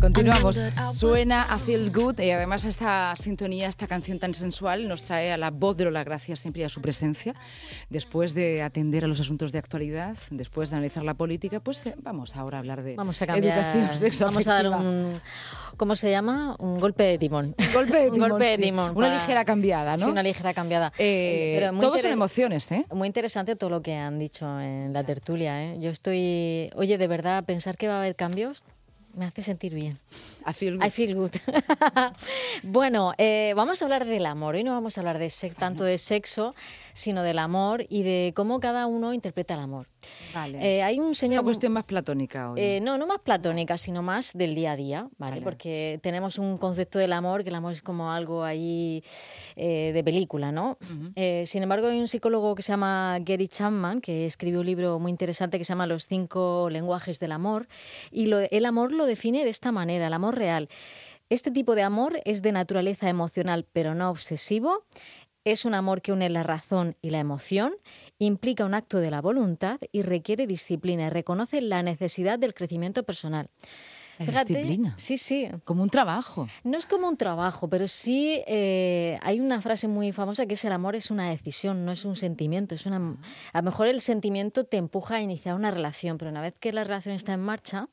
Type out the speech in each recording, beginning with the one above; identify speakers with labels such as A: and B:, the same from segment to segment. A: Continuamos. Suena a Feel Good y además esta sintonía, esta canción tan sensual nos trae a la voz de la gracias siempre y a su presencia. Después de atender a los asuntos de actualidad, después de analizar la política, pues eh, vamos ahora a hablar de
B: Vamos a cambiar.
A: educación
B: Vamos a dar
A: sexoafectiva.
B: un. eh, ¿Cómo se llama? Un golpe de timón.
A: Un golpe de timón.
B: Un golpe de
A: sí.
B: timón
A: Una
B: para-
A: ligera cambiada, ¿no?
B: Sí, una ligera cambiada.
A: Eh,
B: Pero muy
A: todo son
B: interes-
A: emociones, ¿eh?
B: Muy interesante todo lo que han dicho en la tertulia. ¿eh? Yo estoy. Oye, de verdad, pensar que va a haber cambios me hace sentir bien.
A: A Feel Good.
B: I feel good. bueno, eh, vamos a hablar del amor. Hoy no vamos a hablar de sex- tanto de sexo, sino del amor y de cómo cada uno interpreta el amor.
A: Vale.
B: Eh, hay un
A: Es
B: señor.
A: una cuestión más platónica hoy.
B: Eh, no, no más platónica, sino más del día a día, ¿vale?
A: Vale.
B: Porque tenemos un concepto del amor, que el amor es como algo ahí eh, de película, ¿no? Eh, sin embargo, hay un psicólogo que se llama Gary Chapman, que escribió un libro muy interesante que se llama Los cinco lenguajes del amor, y lo- el amor lo define de esta manera, el amor real. Este tipo de amor es de naturaleza emocional, pero no obsesivo. Es un amor que une la razón y la emoción, implica un acto de la voluntad y requiere disciplina y reconoce la necesidad del crecimiento personal.
A: La disciplina.
B: Sí, sí.
A: Como un trabajo.
B: No es como un trabajo, pero sí eh, hay una frase muy famosa que es el amor es una decisión, no es un sentimiento. Es una, a lo mejor el sentimiento te empuja a iniciar una relación, pero una vez que la relación está en marcha,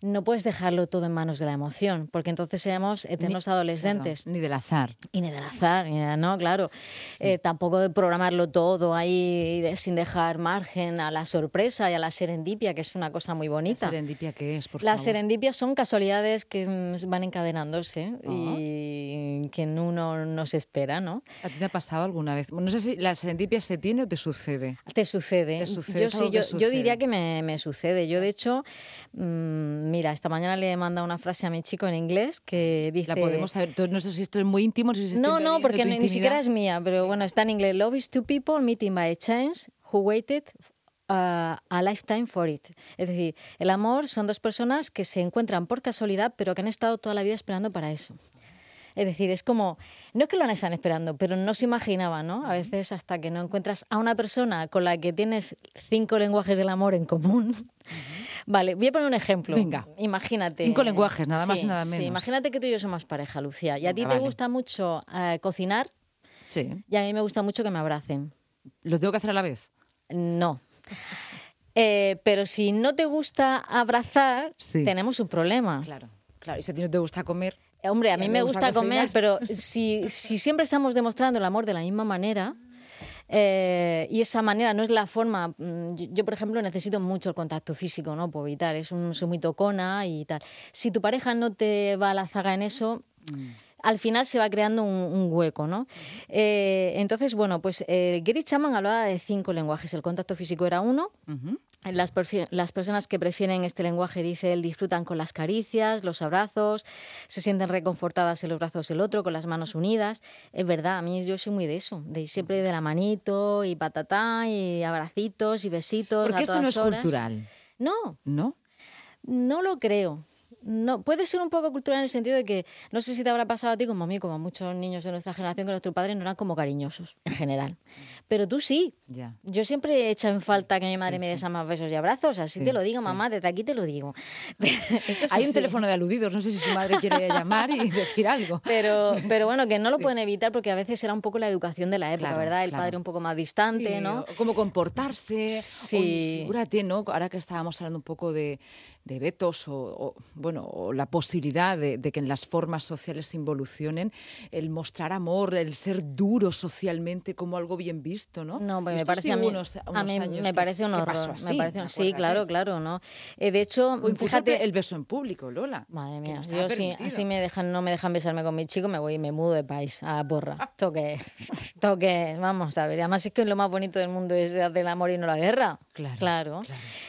B: no puedes dejarlo todo en manos de la emoción, porque entonces seremos eternos adolescentes.
A: Claro, ni del azar.
B: Y ni del azar, ni de- no, claro. Eh, tampoco de programarlo todo ahí de- sin dejar margen a la sorpresa y a la serendipia, que es una cosa muy bonita.
A: La serendipia que es, por
B: Las
A: favor.
B: serendipias son casualidades que mm, van encadenándose
A: Ah.
B: y que uno no se espera, ¿no?
A: ¿A ti te ha pasado alguna vez? No sé si la serendipia se tiene o te sucede.
B: Te sucede.
A: Te sucede,
B: yo,
A: es algo
B: yo,
A: que
B: yo diría
A: sucede.
B: que me, me sucede. Yo, de hecho, mm, mira, esta mañana le he mandado una frase a mi chico en inglés que dice...
A: La podemos saber. Entonces, no sé si esto es muy íntimo, no sé si estoy
B: No, no,
A: invadiendo
B: porque
A: tu
B: ni, ni siquiera
A: intimidad.
B: es mía, pero bueno, está en inglés. Love is two people meeting by chance who waited uh, a lifetime for it. Es decir, el amor son dos personas que se encuentran por casualidad, pero que han estado toda la vida esperando para eso. Es decir, es como, no es que lo han estado esperando, pero no se imaginaba, ¿no? A veces hasta que no encuentras a una persona con la que tienes cinco lenguajes del amor en común. Vale, voy a poner un ejemplo.
A: Venga.
B: Imagínate.
A: Cinco lenguajes, nada más
B: Sí,
A: y nada
B: sí.
A: menos.
B: imagínate que tú y yo somos pareja, Lucía, y a ti
A: Venga,
B: te
A: vale.
B: gusta mucho eh, cocinar
A: Sí.
B: y a mí me gusta mucho que me abracen.
A: ¿Lo tengo que hacer a la vez?
B: No. Eh, pero si no te gusta abrazar,
A: Sí.
B: tenemos un problema.
A: Claro. Claro, y si a ti no te gusta comer,
B: Eh, Hombre, a
A: Y
B: mí me gusta comer,
A: cocinar.
B: pero si, si siempre estamos demostrando el amor de la misma manera, eh, y esa manera no es la forma. mm, Yo, yo, por ejemplo, necesito mucho el contacto físico, ¿no? Por evitar, es un, soy muy tocona y tal. Si tu pareja no te va a la zaga en eso. Al final se va creando un, un hueco, ¿no? Eh, entonces, bueno, pues eh, Gary Chapman hablaba de cinco lenguajes. El contacto físico era uno, las, perfi- las personas que prefieren este lenguaje, dice él, disfrutan con las caricias, los abrazos, se sienten reconfortadas en los brazos del otro, con las manos unidas. Es verdad, a mí yo soy muy de eso, de ir siempre de la manito y patatá y abracitos y besitos.
A: Porque
B: a
A: esto no
B: todas
A: es
B: horas.
A: cultural.
B: No,
A: ¿no?
B: no lo creo. No, puede ser un poco cultural en el sentido de que no sé si te habrá pasado a ti como a mí, como a muchos niños de nuestra generación, que nuestros padres no eran como cariñosos en general. Pero tú sí.
A: Ya.
B: Yo siempre he hecho en falta que mi madre me dé más besos y abrazos, así
A: Sí,
B: te lo digo,
A: sí.
B: mamá, desde aquí te lo digo. Esto es
A: Hay un
B: así.
A: teléfono de aludidos, no sé si su madre quiere llamar y decir algo.
B: Pero, pero bueno, que no lo pueden evitar porque a veces era un poco la educación de la época,
A: Claro,
B: ¿verdad? El
A: claro.
B: padre un poco más distante,
A: Sí,
B: ¿no?
A: o Cómo comportarse.
B: Sí.
A: Oye, figúrate, ¿no? Ahora que estábamos hablando un poco de, de vetos o, o, bueno, o la posibilidad de, de que en las formas sociales se involucionen, el mostrar amor, el ser duro socialmente como algo bien visto, ¿no?
B: No, pues me
A: Esto
B: parece
A: sí
B: a mí,
A: hubo unos-
B: a
A: unos
B: mí
A: años
B: me
A: que-
B: parece un
A: que
B: horror.
A: pasó
B: me
A: así,
B: parece un- sí,
A: acuérdate.
B: claro, claro, ¿no? Eh, de hecho,
A: O incluso
B: fíjate,
A: el beso en público, Lola.
B: Madre
A: que
B: mía,
A: no estaba
B: yo si
A: permitido.
B: así me dejan, no me dejan besarme con mi chico, me voy y me mudo de país a porra. Toque, toque, vamos a ver. Además es que lo más bonito del mundo es hacer el amor y no la guerra.
A: Claro, claro.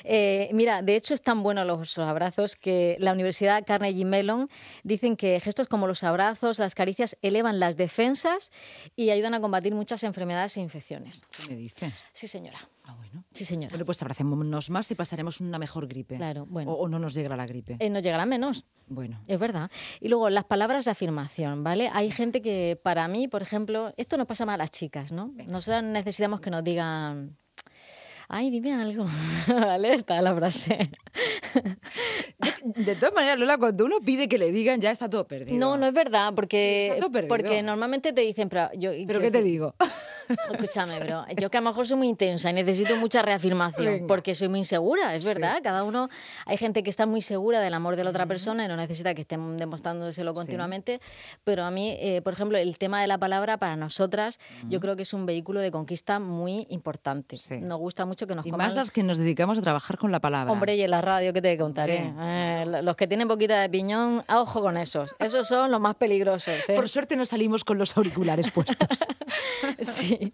B: Eh, mira, de hecho están buenos los, los abrazos que la Universidad Carnegie Mellon dicen que gestos como los abrazos, las caricias elevan las defensas y ayudan a combatir muchas enfermedades e infecciones.
A: ¿Qué me dices?
B: Sí, señora.
A: Ah, bueno.
B: Sí, señora.
A: Bueno, pues abracémonos más y pasaremos una mejor gripe.
B: Claro, bueno.
A: O, o no nos llegará la gripe.
B: Eh, no llegará menos.
A: bueno.
B: Es verdad. Y luego las palabras de afirmación, ¿vale? Hay gente que para mí, por ejemplo, esto nos pasa más a las chicas, ¿no? Nosotras necesitamos que nos digan, ay, dime algo, ¿vale? Está la frase.
A: De todas maneras, Lola, cuando uno pide que le digan, ya está todo perdido.
B: No, no es verdad, porque,
A: Está todo perdido.
B: porque normalmente te dicen, pero yo...
A: ¿Pero qué te digo?
B: Escúchame, bro, yo que a lo mejor soy muy intensa y necesito mucha reafirmación
A: Venga.
B: porque soy muy insegura, es verdad. Cada uno, hay gente que está muy segura del amor de la otra persona y no necesita que estén demostrándoselo continuamente, pero a mí, eh, por ejemplo, el tema de la palabra para nosotras, yo creo que es un vehículo de conquista muy importante.
A: Sí.
B: Nos gusta mucho que nos
A: Y
B: coman
A: más las que nos dedicamos a trabajar con la palabra.
B: Hombre, y en la radio, ¿qué te contaré?
A: Hombre.
B: Eh, lo- los que tienen boquita de piñón, a ojo con esos. Esos son los más peligrosos. ¿eh?
A: Por suerte no salimos con los auriculares puestos.
B: Sí.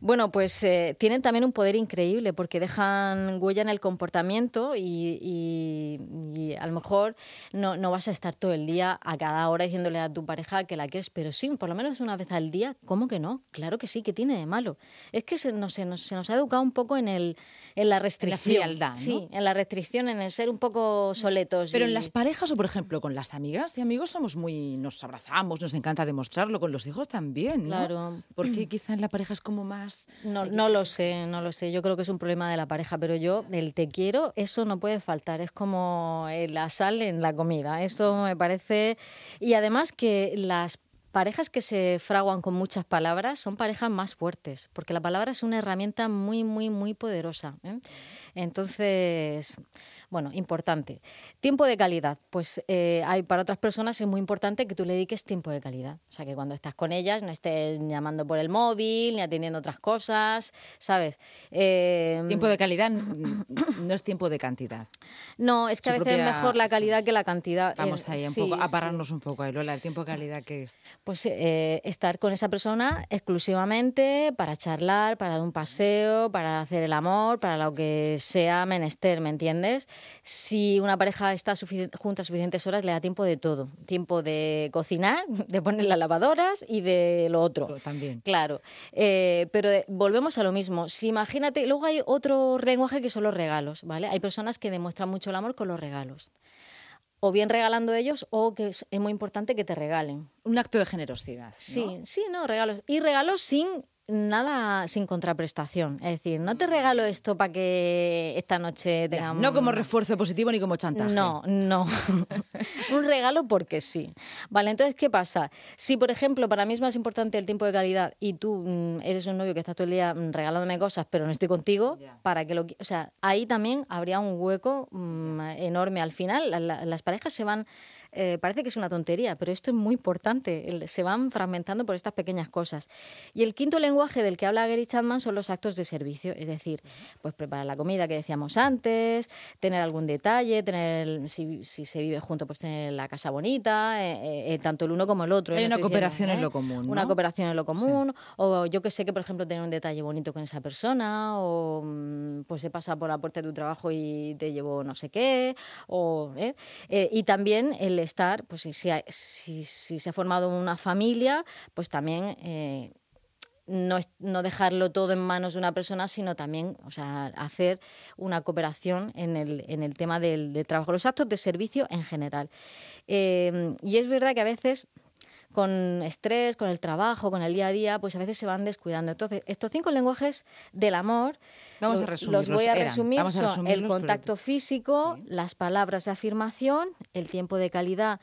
B: Bueno, pues eh, tienen también un poder increíble porque dejan huella en el comportamiento y, y- y a lo mejor no, no vas a estar todo el día a cada hora diciéndole a tu pareja que la quieres, pero sí, por lo menos una vez al día, ¿cómo que no? Claro que sí, que tiene de malo. Es que se, no, se, nos, se nos ha educado un poco en, el, en la restricción.
A: frialdad, ¿no?
B: Sí, en la restricción, en el ser un poco soletos.
A: Pero en
B: y-
A: las parejas o, por ejemplo, con las amigas y amigos somos muy... Nos abrazamos, nos encanta demostrarlo, con los hijos también, ¿no?
B: Claro.
A: Porque quizá en la pareja es como más...
B: No, no lo sé, no lo sé. Yo creo que es un problema de la pareja, pero yo, el te quiero, eso no puede faltar. Es como eh, la sal en la comida. Eso me parece. Y además que las parejas que se fraguan con muchas palabras son parejas más fuertes, porque la palabra es una herramienta muy, muy, muy poderosa. ¿eh? Entonces, bueno, importante. Tiempo de calidad. Pues eh, hay, para otras personas es muy importante que tú le dediques tiempo de calidad. O sea, que cuando estás con ellas no estés llamando por el móvil, ni atendiendo otras cosas, ¿sabes? Eh,
A: Tiempo de calidad mm, no es tiempo de cantidad.
B: No, es que a
A: su
B: veces es
A: propia-
B: mejor la calidad que la cantidad.
A: Vamos
B: Eh,
A: ahí un
B: sí,
A: poco, a
B: sí.
A: pararnos un poco ahí, Lola, el tiempo de calidad que es.
B: Pues eh, estar con esa persona exclusivamente para charlar, para dar un paseo, para hacer el amor, para lo que sea menester, ¿me entiendes? Si una pareja está sufici- junta suficientes horas, le da tiempo de todo. Tiempo de cocinar, de poner las lavadoras y de lo otro.
A: Pero También.
B: Claro, eh, pero eh, volvemos a lo mismo. Si imagínate, luego hay otro lenguaje que son los regalos, ¿vale? Hay personas que demuestran mucho el amor con los regalos. O bien regalando ellos o que es, es muy importante que te regalen.
A: Un acto de generosidad. ¿no?
B: Sí, sí, no, regalos. Y regalos sin nada, sin contraprestación. Es decir, no te regalo esto para que esta noche
A: Ya,
B: tengamos...
A: no como refuerzo positivo ni como chantaje.
B: No, no. un regalo porque sí. Vale, entonces, ¿qué pasa? Si, por ejemplo, para mí es más importante el tiempo de calidad y tú mm, eres un novio que estás todo el día mm, regalándome cosas, pero no estoy contigo,
A: Ya.
B: para que lo... qui- O sea, ahí también habría un hueco mm, enorme. Al final, la- la- las parejas se van... eh, parece que es una tontería, pero esto es muy importante. el- Se van fragmentando por estas pequeñas cosas. Y el quinto lenguaje del que habla Gary Chapman son los actos de servicio, es decir, pues preparar la comida que decíamos antes, tener algún detalle, tener si, si se vive junto, pues tener la casa bonita, eh, eh, tanto el uno como el otro.
A: Hay
B: yo no
A: una
B: estoy ¿eh?
A: cooperación en lo común,
B: Una
A: ¿no?
B: cooperación en lo común, o yo que sé que, por ejemplo, tener un detalle bonito con esa persona, o mm, pues se pasa por la puerta de tu trabajo y te llevo no sé qué, o, ¿eh? Eh, y también el estar, pues si, si, hay- si- si se ha formado una familia, pues también... eh, no, es- no dejarlo todo en manos de una persona, sino también o sea, hacer una cooperación en el, en el tema del, del trabajo, los actos de servicio en general. Eh, y es verdad que a veces con estrés, con el trabajo, con el día a día, pues a veces se van descuidando. Entonces, estos cinco lenguajes del amor,
A: Vamos a
B: los- los
A: resumirlos,
B: voy a
A: eran.
B: resumir,
A: Vamos a
B: son el
A: resumirlos, pero-
B: contacto físico,
A: Sí.
B: las palabras de afirmación, el tiempo de calidad,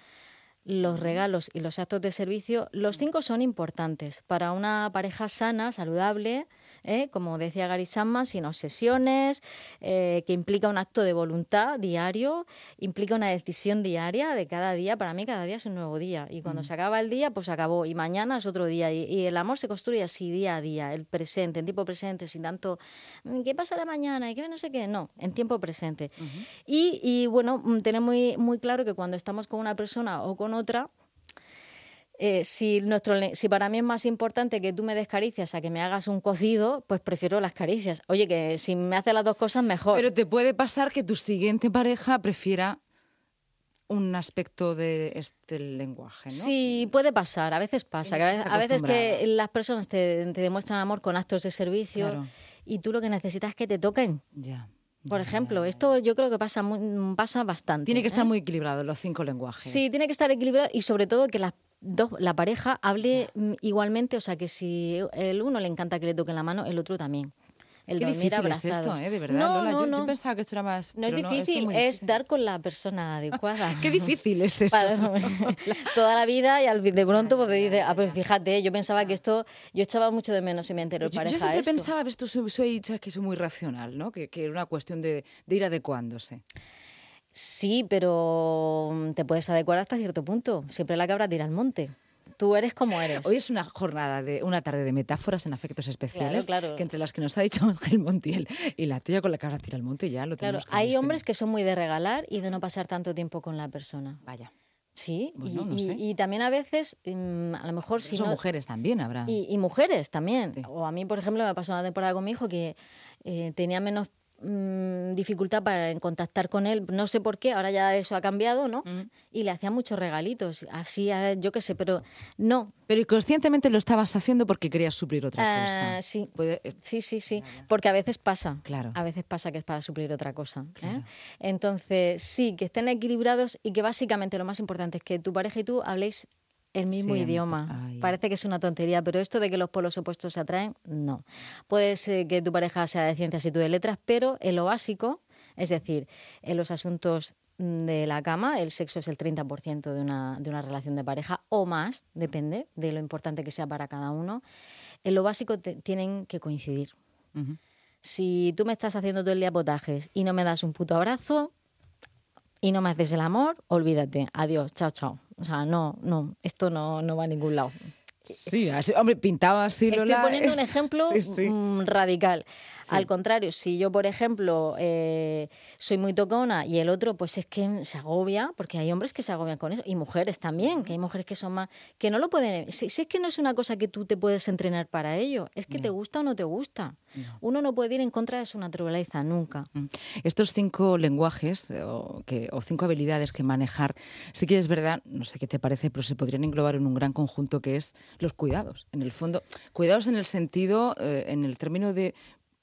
B: los regalos y los actos de servicio, los cinco son importantes para una pareja sana, saludable, ¿eh? como decía Gary Chapman, sin obsesiones, eh, que implica un acto de voluntad diario, implica una decisión diaria de cada día. Para mí cada día es un nuevo día y cuando se acaba el día, pues acabó y mañana es otro día. Y, y el amor se construye así día a día, el presente, en tiempo presente, sin tanto, "Mm, ¿qué pasará mañana? ¿Y qué no sé qué? No, en tiempo presente. Y, y, bueno, mm, tener muy, muy claro que cuando estamos con una persona o con otra, eh, si, nuestro, le- si para mí es más importante que tú me des caricias a que me hagas un cocido, pues prefiero las caricias. Oye, que si me haces las dos cosas, mejor.
A: Pero te puede pasar que tu siguiente pareja prefiera un aspecto de este lenguaje, ¿no?
B: Sí, puede pasar, a veces pasa.
A: Que
B: que
A: no
B: A veces,
A: estás
B: a veces que
A: acostumbrada.
B: las personas te, te demuestran amor con actos de servicio
A: Claro.
B: y tú lo que necesitas es que te toquen.
A: Ya.
B: Por ejemplo, esto yo creo que pasa, mu- pasa bastante.
A: Tiene que
B: ¿eh?
A: estar muy equilibrado los cinco lenguajes.
B: Sí, tiene que estar equilibrado y sobre todo que las dos, la pareja hable mm, igualmente, o sea que si el uno le encanta que le toquen la mano, el otro también. el
A: Qué
B: dormir
A: difícil
B: abrazados.
A: es esto, ¿eh? De verdad,
B: no,
A: Lola,
B: no,
A: yo,
B: no.
A: yo pensaba que esto era más...
B: No es
A: pero esto
B: difícil,
A: muy
B: es dar con la persona adecuada.
A: Qué difícil es eso.
B: Para- toda la vida y al- de pronto pues te dices, ah, pues fíjate, yo pensaba que esto, yo echaba mucho de menos en mi anterior
A: Yo, yo
B: pareja
A: siempre
B: esto.
A: pensaba, ves, tú soy, soy- sabes que soy muy racional, ¿no? Que, que era una cuestión de, de ir adecuándose.
B: Sí, pero mm, te puedes adecuar hasta cierto punto. Siempre la cabra tira al monte. Tú eres como eres.
A: Hoy es una jornada, de una tarde de metáforas en afectos especiales,
B: Claro, claro.
A: que entre las que nos ha dicho Ángel Montiel y la tuya con la cara tira al monte, ya lo
B: claro,
A: tenemos
B: hay
A: clarísimo.
B: hombres que son muy de regalar y de no pasar tanto tiempo con la persona.
A: Vaya,
B: Sí, y-
A: Bueno,
B: y,
A: no sé.
B: y también a veces, mm, a lo mejor si
A: son
B: no...
A: mujeres también, habrá.
B: Y, y mujeres también.
A: Ah. Sí.
B: O a mí, por ejemplo, me pasó una temporada con mi hijo que eh, tenía menos mm, dificultad para en contactar con él. No sé por qué, ahora ya eso ha cambiado, ¿no?
A: Mm.
B: Y le hacía muchos regalitos, así, a- yo qué sé, pero no.
A: Pero inconscientemente lo estabas haciendo porque querías suplir otra
B: Ah,
A: cosa.
B: sí.
A: Puede- eh,
B: Sí, sí, sí, porque a veces pasa.
A: Claro.
B: A veces pasa que es para suplir otra cosa. ¿eh? Entonces, sí, que estén equilibrados y que básicamente lo más importante es que tu pareja y tú habléis el mismo
A: Siempre.
B: idioma.
A: Ay.
B: Parece que es una tontería, pero esto de que los polos opuestos se atraen, no. Puede ser que tu pareja sea de ciencias y tú de letras, pero en lo básico, es decir, en los asuntos de la cama, el sexo es el 30% de una, de una relación de pareja o más, depende de lo importante que sea para cada uno. En lo básico te- tienen que coincidir. Eh,
A: ujú.
B: Si tú me estás haciendo todo el día potajes y no me das un puto abrazo y no me haces el amor, olvídate. Adiós, chao, chao. O sea, no, no, esto no, no va a ningún lado.
A: Sí, así- hombre, pintado así,
B: Estoy
A: Lola,
B: poniendo un
A: es-
B: ejemplo
A: Sí, sí.
B: mm, radical.
A: Sí.
B: Al contrario, si yo, por ejemplo, eh, soy muy tocona y el otro, pues es que se agobia, porque hay hombres que se agobian con eso, y mujeres también, que hay mujeres que son más, que no lo pueden... Si, si es que no es una cosa que tú te puedes entrenar para ello, es que te gusta o no te gusta. Uno no puede ir en contra de su naturaleza nunca.
A: Mm. Estos cinco lenguajes eh, o, que- o cinco habilidades que manejar, sí que es verdad, no sé qué te parece, pero se podrían englobar en un gran conjunto que es los cuidados. En el fondo, cuidados en el sentido, eh, en el término de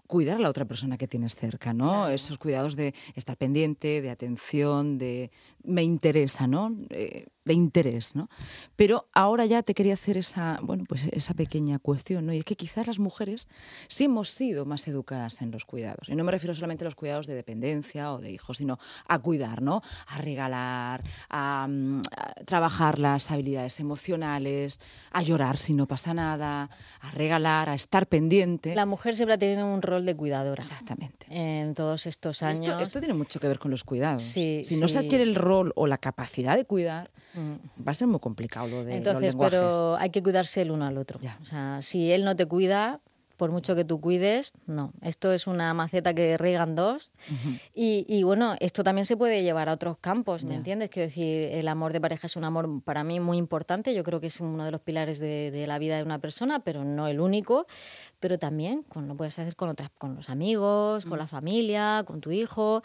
A: cuidar a la otra persona que tienes cerca, ¿no? Esos cuidados de estar pendiente, de atención, de me interesa, ¿no? Eh, de interés, ¿no? Pero ahora ya te quería hacer esa, bueno, pues esa pequeña cuestión, ¿no? Y es que quizás las mujeres sí hemos sido más educadas en los cuidados. Y no me refiero solamente a los cuidados de dependencia o de hijos, sino a cuidar, ¿no? A regalar, a, mm, a trabajar las habilidades emocionales, a llorar si no pasa nada, a regalar, a estar pendiente.
B: La mujer siempre ha tenido un rol de cuidadora
A: Exactamente.
B: en todos estos años.
A: Esto, esto tiene mucho que ver con los cuidados.
B: Sí,
A: si no se
B: sí. Mm.
A: adquiere el rol o la capacidad de cuidar, va a ser muy complicado lo de los
B: Entonces,
A: lenguajes.
B: pero hay que cuidarse el uno al otro.
A: Ya.
B: O sea, si él no te cuida, por mucho que tú cuides, no. Esto es una maceta que riegan dos. y, y, bueno, esto también se puede llevar a otros campos, ¿me entiendes? Quiero decir, el amor de pareja es un amor para mí muy importante. Yo creo que es uno de los pilares de, de la vida de una persona, pero no el único. Pero también con, lo puedes hacer con otras, con los amigos, con la familia, con tu hijo.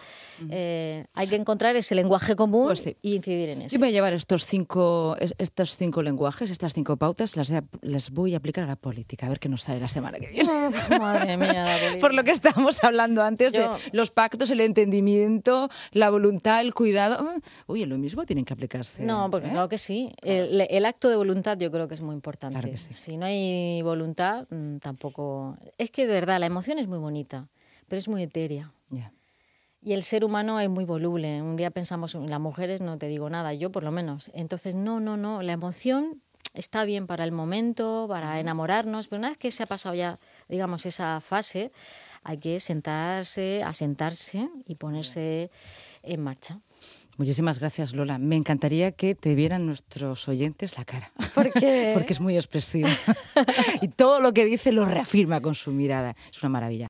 B: Eh, hay que encontrar ese lenguaje común
A: Pues sí.
B: y incidir en eso.
A: Yo voy a llevar estos cinco, es- estos cinco lenguajes, estas cinco pautas, las, voy a- las voy a aplicar a la política, a ver qué nos sale la semana que viene.
B: Uf, Madre mía, la política.
A: Por lo que estábamos hablando antes
B: Yo-
A: de los pactos, el entendimiento, la voluntad, el cuidado. Mm, Oye, lo mismo tienen que aplicarse.
B: No, porque
A: ¿eh?
B: claro que sí. El, el acto de voluntad yo creo que es muy importante.
A: Claro que sí.
B: Si no hay voluntad, mm, tampoco... Es que de verdad, la emoción es muy bonita, pero es muy etérea.
A: Ya.
B: Y el ser humano es muy voluble. Un día pensamos, las mujeres no te digo nada, yo por lo menos. Entonces, no, no, no, la emoción está bien para el momento, para enamorarnos, pero una vez que se ha pasado ya, digamos, esa fase, hay que sentarse, asentarse y ponerse en marcha.
A: Muchísimas gracias, Lola. Me encantaría que te vieran nuestros oyentes la cara.
B: ¿Por qué?
A: Porque es muy expresivo. y todo lo que dice lo reafirma con su mirada. Es una maravilla.